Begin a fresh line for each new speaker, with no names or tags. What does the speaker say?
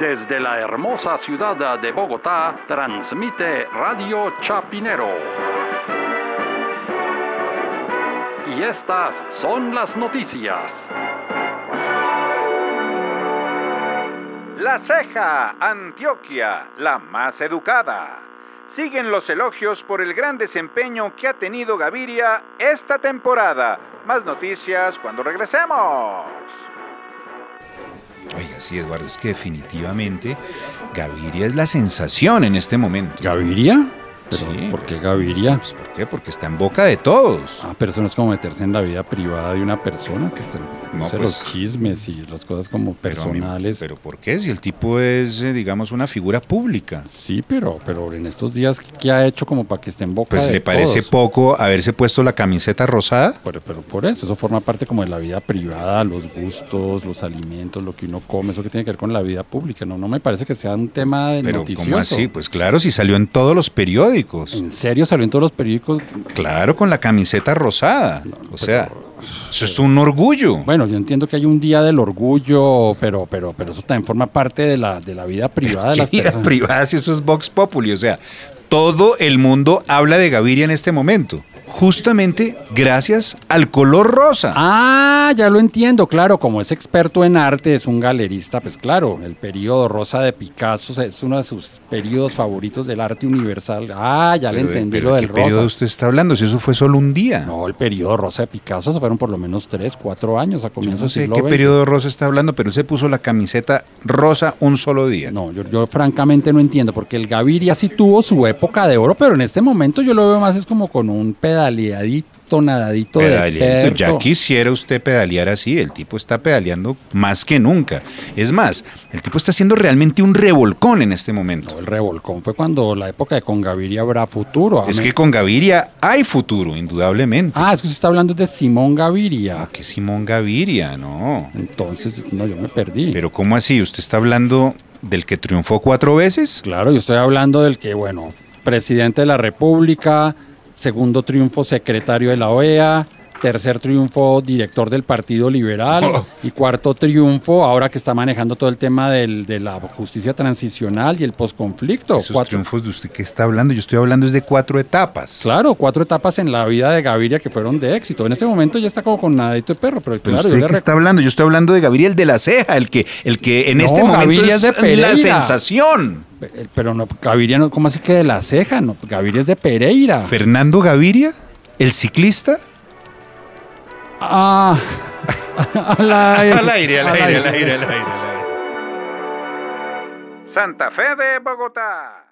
Desde la hermosa ciudad de Bogotá, transmite Radio Chapinero. Y estas son las noticias.
La ceja, Antioquia, la más educada. Siguen los elogios por el gran desempeño que ha tenido Gaviria esta temporada. Más noticias cuando regresemos.
Oiga, sí, Eduardo, es que definitivamente Gaviria es la sensación en este momento.
¿Gaviria? ¿Pero
Sí,
¿Por qué Gaviria?
Pues, ¿Por qué? Porque está en boca de todos.
Ah, pero eso no es como meterse en la vida privada de una persona, que se, no sé,
pues.
los chismes y las cosas como
Pero a mí-
personales.
Pero, ¿por qué? Si el tipo es, eh, digamos, una figura pública.
sí, pero, pero en estos días, ¿qué ha hecho como para que esté en boca
Pues
de
le parece
todos?
poco haberse puesto la camiseta rosada.
Pero, pero por eso, eso forma parte como de la vida privada, los gustos, los alimentos, lo que uno come, eso que tiene que ver con la vida pública. No, no me parece que sea un tema de
Pero
noticioso.
¿cómo así? Pues claro, si salió en todos los periódicos.
¿En serio salió en todos los periódicos?
Claro, con la camiseta rosada. O sea, eso es un orgullo.
Bueno, yo entiendo que hay un día del orgullo, pero, pero, pero eso también forma parte de la, de la vida privada de las
¿Qué vida
personas.
privada si eso es Vox Populi? O sea, todo el mundo habla de Gaviria en este momento. Justamente gracias al color rosa.
Ah, ya lo entiendo, claro, como es experto en arte, es un galerista, pues claro, el periodo rosa de Picasso es uno de sus periodos favoritos del arte universal. Ah, ya
Pero
le
de-
entendí
pero
lo
¿de
del
¿Qué periodo
rosa.
usted está hablando? Si eso fue solo un día.
No, el periodo rosa de Picasso se fueron por lo menos tres, cuatro años a
Yo
comienzos
no sé
del siglo
de qué
XX.
periodo rosa está hablando, pero él se puso la camiseta rosa un solo día.
No, yo, yo francamente no entiendo, porque el Gaviria sí tuvo su época de oro, pero en este momento yo lo veo más es como con un pedaleadito, nadadito de
Pedaleando. Ya
perto.
quisiera usted pedalear así. El tipo está pedaleando más que nunca. Es más, el tipo está haciendo realmente un revolcón en este momento.
No, el revolcón fue cuando la época de con Gaviria habrá futuro.
es
amén.
que con Gaviria hay futuro, indudablemente.
Ah, es que usted está hablando de Simón Gaviria.
Que Simón Gaviria, no.
Entonces, no, yo me perdí.
Pero ¿cómo así? ¿Usted está hablando del que triunfó cuatro veces?
claro, yo estoy hablando del que, bueno, presidente de la República, segundo triunfo secretario de la OEA, tercer triunfo director del Partido Liberal y cuarto triunfo ahora que está manejando todo el tema del- de la justicia transicional y el posconflicto.
Esos
Cuatro-
triunfos de usted que está hablando, yo estoy hablando es de cuatro etapas.
Claro, cuatro etapas en la vida de Gaviria que fueron de éxito. En este momento ya está como con nadadito de perro, pero,
Pero
claro, yo
usted
le
de qué está hablando, yo estoy hablando de Gaviria el de la ceja, el que, el que en
No,
este momento
Gaviria
es,
es de
la
Pereira.
sensación.
rec- eh, pero no, Gaviria no, ¿cómo así que de la ceja? No, Gaviria es de Pereira.
Fernando Gaviria, el ciclista.
Ah, al aire.
al aire, al aire.
Santa Fe de Bogotá.